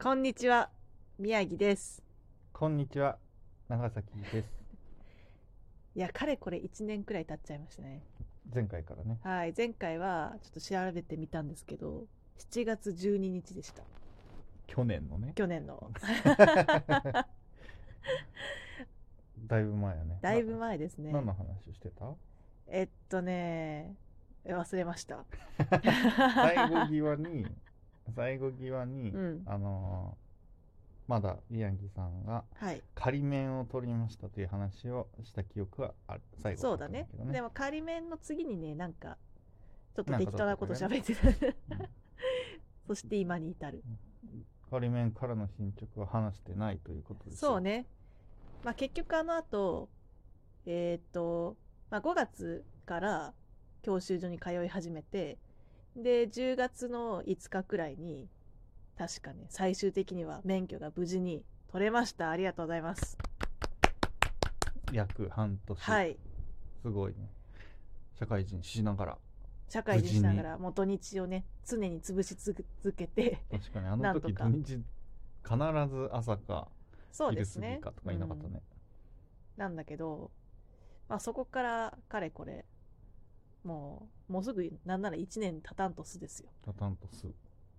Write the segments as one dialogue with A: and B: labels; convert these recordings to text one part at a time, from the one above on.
A: こんにちは宮城です
B: こんにちは長崎です
A: いやかれこれ1年くらい経っちゃいましたね
B: 前回からね
A: はい前回はちょっと調べてみたんですけど7月12日でした
B: 去年の ね
A: 去年 の
B: だいぶ前やね
A: だいぶ前ですね
B: な何の話をしてた
A: えっとね忘れました
B: 最後 際に最後際に、
A: うん
B: あのーまだ宮城さんが
A: はい
B: 仮面を取りましたという話をした記憶はある最後
A: そうだね
B: ったんけど
A: でも仮面の次にねなんかちょっと適当
B: な
A: なんこ
B: か
A: と
B: 取ってた
A: 喋ってた そして今に至る
B: 仮面からの進捗は話してないということです
A: そうね。まあ結局あの後、えっ、と、まあ5月から教習所に通い始めて、で、10月の5日くらいに、確かね、最終的には免許が無事に取れました。ありがとうございます。
B: 約半年
A: はい。
B: すごいね社会人しながら
A: 社会人しながら、もう土日をね、常に潰し続けて、
B: 確かにあ
A: な
B: の
A: んと
B: 時
A: か
B: 土日必ず朝か
A: そうで
B: 昼
A: す
B: 過
A: ね
B: ぎ。かとかいなかった
A: うん
B: ね
A: なんだけど、まあ、そこからかれこれ、もう、もうすぐなんなら1年経たんとすですよ。
B: タタンとす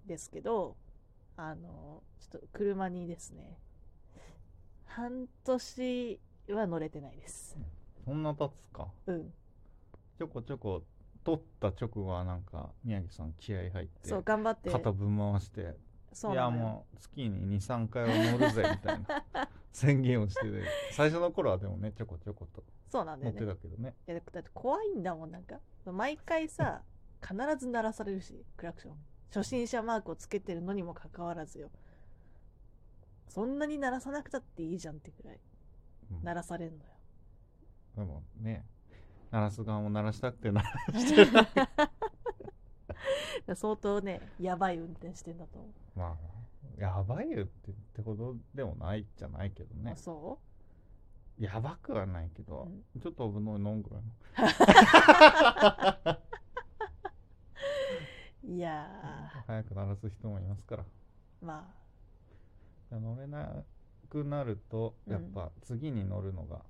A: ですけど、あの、ちょっと車にですね、半年は乗れてないです。
B: そんな経つか
A: うん。
B: ちょこちょこ取った直後はなんか宮城さん気合入って
A: そう、頑張って。
B: 肩ぶん回してい
A: そう
B: や
A: なのよ。
B: もう月に23回は乗るぜみたいな 宣言をしてて最初の頃はでもねちょこちょこと
A: そうなんだ
B: 乗っ
A: よね。
B: てたけどね
A: いや、だって怖いんだもん、なんか。毎回さ、必ず鳴らされるし、クラクション。初心者マークをつけてるのにもかかわらずよ。そんなに鳴らさなくたっていいじゃんってくらい、
B: うん
A: 鳴らされ んのよ。
B: でもね鳴らす側も鳴らしたくてな
A: 相当ね、やばい運転してんだと思
B: まあやばいよってってほどでもないじゃないけど
A: う。
B: ね
A: そ
B: やばくはないけ
A: う、う
B: ど、
A: ん
B: ちょっと危ない飲んぐらいの
A: いや
B: 早く鳴らす人もいますから
A: ー、ま
B: 乗れなくなると
A: うん
B: やっぱ次に乗るのが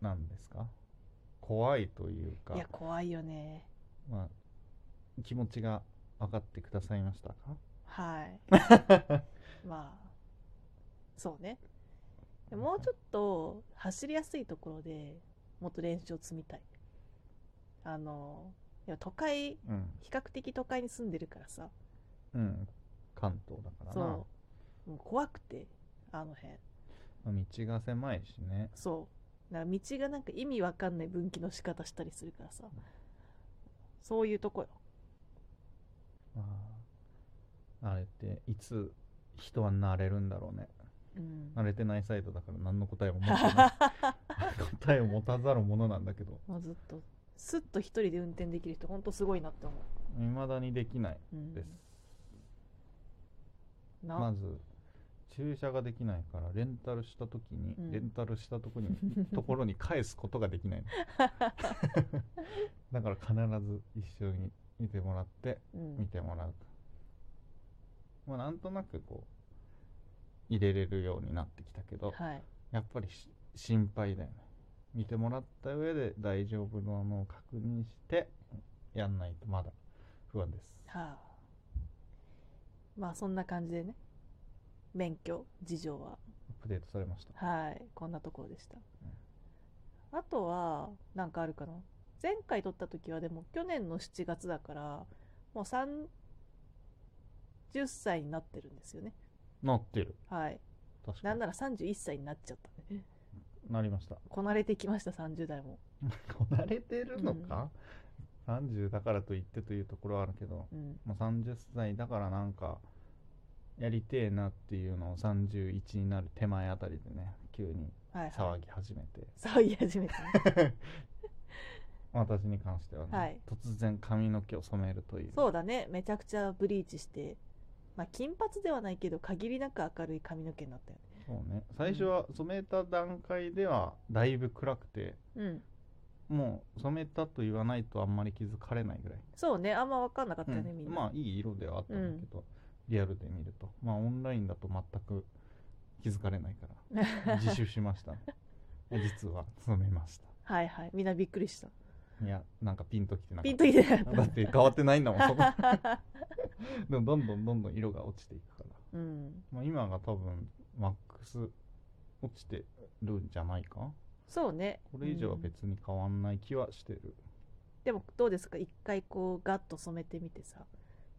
B: 何ですか、怖いという
A: あ、
B: か
A: いや、怖いよね。
B: まあ、気持ちが分かってくださいましたか
A: はい。まあ、そうね。でもうちょっと走りやすいところでもっと練習を積みたい。あの、いや都会、
B: うん、
A: 比較的都会に住んでるからさ、
B: うん、関東だからな
A: そう、もう怖くて、あの辺。
B: まあ道が狭いしね
A: そう。だから道がなんか意味わかんない分岐の仕方したりするからさ、そういうとこよ。
B: まああれっていつ人は慣れるんだろうね
A: うん。
B: 慣れてないサイトだから何の答えも持って ない答えを持たざるものなんだけど
A: もうずっと、すっと一人で運転できる人、ほんとすごいなって思う。
B: 未だにできない
A: うん
B: です、
A: な、
B: まず駐車ができないからレンタルした時に、
A: うん
B: レンタルしたとこにところに返すことができないの だから必ず一緒に見てもらって
A: うん
B: 見てもらう、まあ、なんとなくこう入れれるようになってきたけど、
A: はい、
B: やっぱりし心配だよね見てもらった上で大丈夫なのを確認してやんないとまだ不安です
A: はあ、まあそんな感じでね免許事情は
B: アップデートされました
A: はいこんなところでした
B: うん、
A: あとはなんかあるかな前回取った時はでも去年の7月だからもう30歳になってるんですよね
B: なってる
A: はい
B: 確か
A: なん
B: に
A: なら31歳になっちゃったね
B: なりました
A: こなれてきました30代も
B: こなれてるのか、30だからと言ってというところはあるけど、
A: うん
B: まあ、30歳だからなんかやりてえなっていうのを31になる手前あたりでね急に
A: はいはい
B: 騒ぎ始めて、
A: 騒ぎ始めてね
B: 私に関してはね、
A: はい
B: 突然髪の毛を染めるという
A: そうだねめちゃくちゃブリーチしてまあ金髪ではないけど限りなく明るい髪の毛になったよ
B: そうね最初は染めた段階ではだいぶ暗くて
A: ねうん
B: もう染めたと言わないとあんまり気づかれないぐらい
A: そうねあんま分かんなかったよね、みんな
B: まあいい色ではあったんだけど、リアルで見るとまあオンラインだと全く気づかれないから 自習しました、ね、実は詰めまし
A: はいはいみんなびっくりした
B: たいやなんかピンときてなかった
A: ピンときてなか
B: だって変わってないんだもんそ
A: っ
B: こ
A: た
B: でもどんどんどんどん色が落ちていくから、
A: うん
B: まあ、今が多分マックス落ちてるんじゃないか
A: そうね
B: これ以上は
A: うん
B: 別に変わんない気はしてる、
A: でもどうですか一回こうガッと染めてみてさ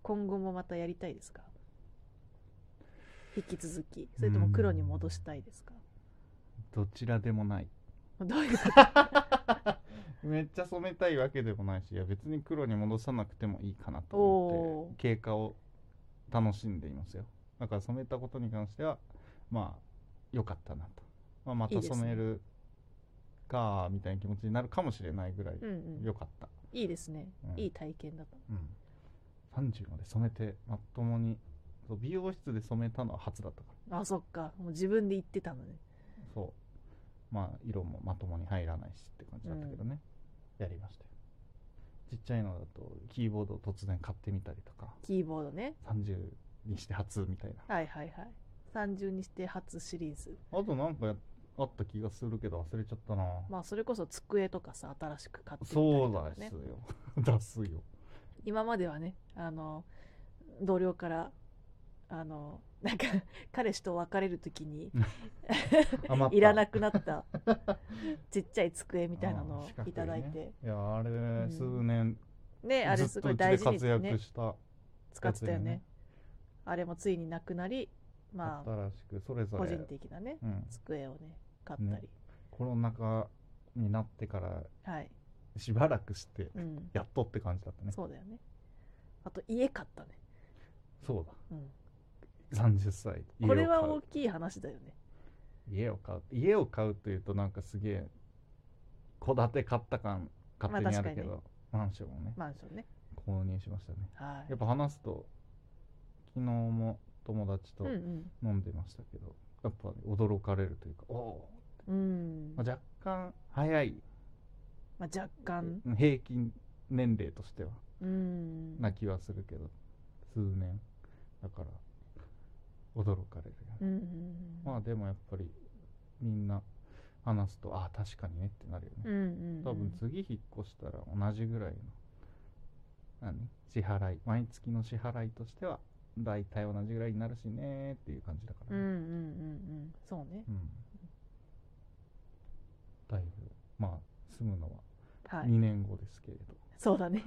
A: 今後もまたやりたいですか引き続きそれとも黒に戻したいですか、
B: どちらでもない
A: ど ういうこと
B: めっちゃ染めたいわけでもないしいや別に黒に戻さなくてもいいかなと
A: お
B: 思
A: ー
B: って経過を楽しんでいますよだから染めたことに関してはまあ良かったなと、まあ、ま
A: いいで
B: た
A: すね
B: 染めるかみたいな気持ちになるかもしれないぐらい
A: うんうん
B: 良かった、
A: いいですね、
B: うん
A: いい体験だと
B: うん、30まで染めてまともにそう美容室で染めたのは初だったから
A: あそっかもう自分で言ってたのね
B: そうまあ色もまともに入らないしって感じだったけどね、やりましたよちっちゃいのだとキーボードを突然買ってみたりとか
A: キーボードね
B: 30にして初みたいな
A: はいはいはい30にして初シリーズ
B: あとなんかやあった気がするけど忘れちゃったな、
A: まあそれこそ机とかさ新しく買ってみたり
B: そ
A: と
B: うだ
A: か
B: っす
A: ね
B: よ 出すよ
A: 今まではねあの同僚からあのなんか 彼氏と別れる時に
B: 余った
A: いらなくな ったちっちゃい机みたいなの
B: あー四角
A: をいただいて
B: ねいやあれ、
A: ん
B: 数年
A: ねあれ
B: ず
A: す
B: っ
A: ご
B: と
A: いう
B: ちで
A: 大事
B: 活
A: にね
B: 躍した
A: 使ってたよ
B: やつだよ
A: ね
B: ね
A: あれもついになくなりまあ
B: 新しくそれぞ
A: 個
B: れ
A: 人的なね
B: うん、
A: 机をね買ったり、
B: ねコロナ禍になってから
A: はい、
B: しばらくして
A: うん、
B: やっとって感じだったね
A: そうだよねあと家買ったね、
B: そう
A: う
B: だ30歳
A: ん、これは
B: 家を買
A: 大
B: う
A: きい話だよね
B: 家を買う家を買うというとなんかすげえ戸建て買った感勝手にあるけ
A: まあ
B: ど、マンションをね
A: マンションね
B: 購入しましたね
A: は
B: や
A: い
B: っぱ話すと昨日も友達と
A: うん
B: 飲んでましたけど、やっぱ驚かれるというかおお
A: うん、うん
B: まあ若干早い
A: まあ、若干
B: 平均年齢としては
A: うん
B: な気はするけど数年だから驚かれるよね
A: うんうんうん
B: まあでもやっぱりみんな話すとああ確かにねってなるよ
A: う
B: ね、
A: んうんうん
B: 多分次引っ越したら同じぐらいの何支払い毎月の支払いとしては大体同じぐらいになるしねっていう感じだか
A: う
B: ら
A: んうん
B: ね、
A: うんうんそうね
B: うんだいぶまあ住むの
A: は
B: はい2年後ですけれど、
A: そうだね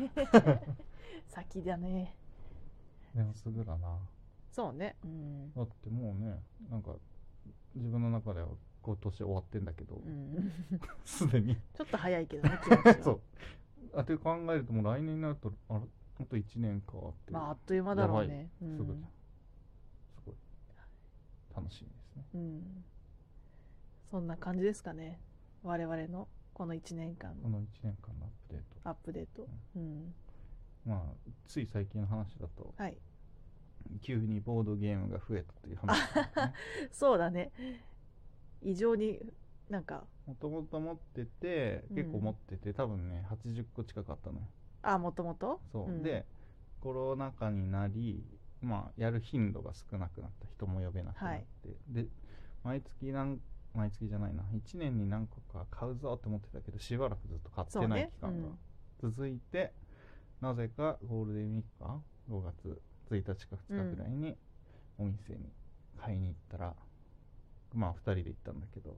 A: 先だね
B: でもすぐだな
A: そうねうん
B: だってもうねなんか自分の中では今年終わってんだけど
A: うん
B: すで、に
A: ちょっと早いけど ね気持ち は
B: そう。あて考えると、もう来年になると、あれあと1年かっていう。
A: まああっという間だろうねう
B: すぐじゃん
A: ん、。
B: すごい。楽しみですね。
A: うん、そんな感じですかね我々のこの1年間
B: こ
A: の
B: の1年間のアップデート。
A: アップデートうん
B: まあ、つい最近の話だと、
A: はい
B: 急にボードゲームが増えたという話だね。
A: そうだね異常になんか
B: もともと持ってて、結構持ってて、多分ね、80個近くあったのよ。
A: あもともと
B: そう。で、コロナ禍になり、まあ、やる頻度が少なくなった人も呼べなくなって、で毎月なん毎月じゃないな1年に何個か買うぞって思ってたけどしばらくずっと買ってない期
A: そうね
B: 間が続いて、なぜかゴールデンウィークか5月1日か2日ぐらいにお店に買いに行ったら、まあ2人で行ったんだけど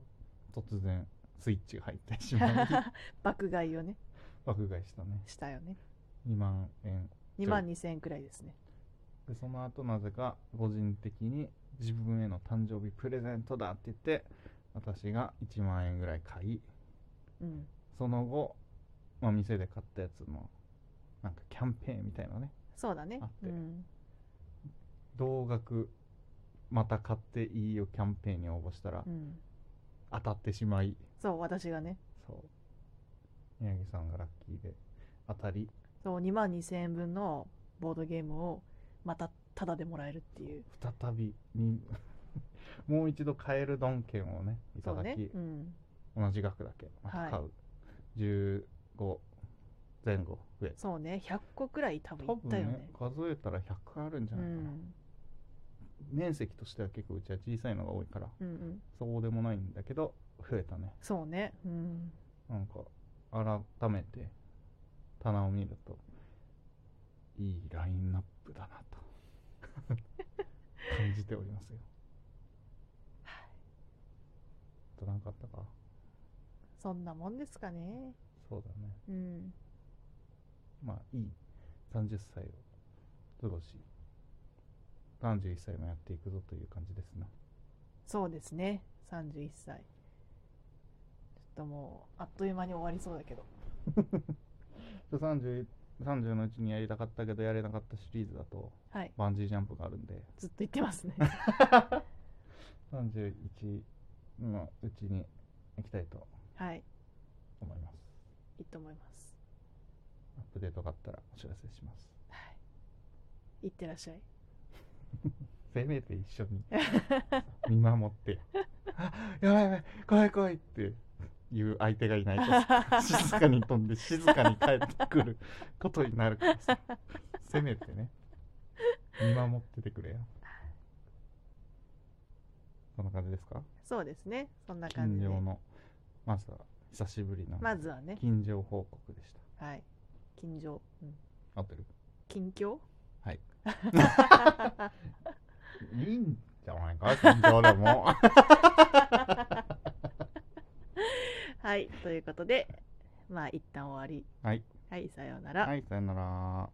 B: 突然スイッチが入ってしまい
A: 爆買いをね
B: 爆買いしたね
A: したよね
B: 2万円
A: 2万2000円くらいですね
B: でその後なぜか個人的に自分への誕生日プレゼントだって言って私が1万円ぐらい買い
A: うん
B: その後、まあ、店で買ったやつもなんかキャンペーンみたいなね
A: そうだね
B: あって
A: うん
B: 同額また買っていいよキャンペーンに応募したら
A: うん
B: 当たってしまい
A: そう私がね
B: そう宮城さんがラッキーで当たり
A: そう2万2000円分のボードゲームをまたタダでもらえるっていう
B: 再びに もう一度買えるドン券をねいた
A: そう
B: だき、
A: ねうん
B: 同じ額だけまた買う、15前後増え
A: そうね100個くらい多分
B: 多
A: いった
B: 分
A: よ
B: ね
A: ね
B: 数えたら100あるんじゃ
A: う
B: ないかな、
A: ん
B: 面積としては結構うちは小さいのが多いから
A: うんうん
B: そうでもないんだけど増えたね
A: そうねうん
B: なんか改めて棚を見るといいラインナップだな と感じておりますよはいとなかったか
A: そんなもんですかね
B: そうだね
A: うん
B: まあいい30歳を過ごし31歳もやっていくぞという感じです ね
A: そうですね31歳ちょっともうあっという間に終わりそうだけど
B: ちょ 30, 30のうちにやりたかったけどやれなかったシリーズだと
A: はい
B: バンジージャンプがあるんで
A: ずっと言って ますね
B: 31のうちに行きたいと
A: はい
B: 思います
A: いいと思います
B: アップデートがあったらお知らせします
A: いってらっしゃい
B: せめて一緒 に見守ってあやばいやばい怖い怖いっていう相手がいない と静かに飛んで静かに帰ってくることになるからさせめてね見守っててくれよそんな感じですか
A: そうですねそんな感
B: 近
A: じで
B: 所のまずは久しぶりな
A: まずはね
B: 近所報告でし
A: はい近所、うん、
B: た合ってる
A: 近況
B: はい。いいんじゃないか、近況 でも。
A: はいということでまあ一旦終わり
B: はい、
A: はいさようなら
B: はい、さよなら。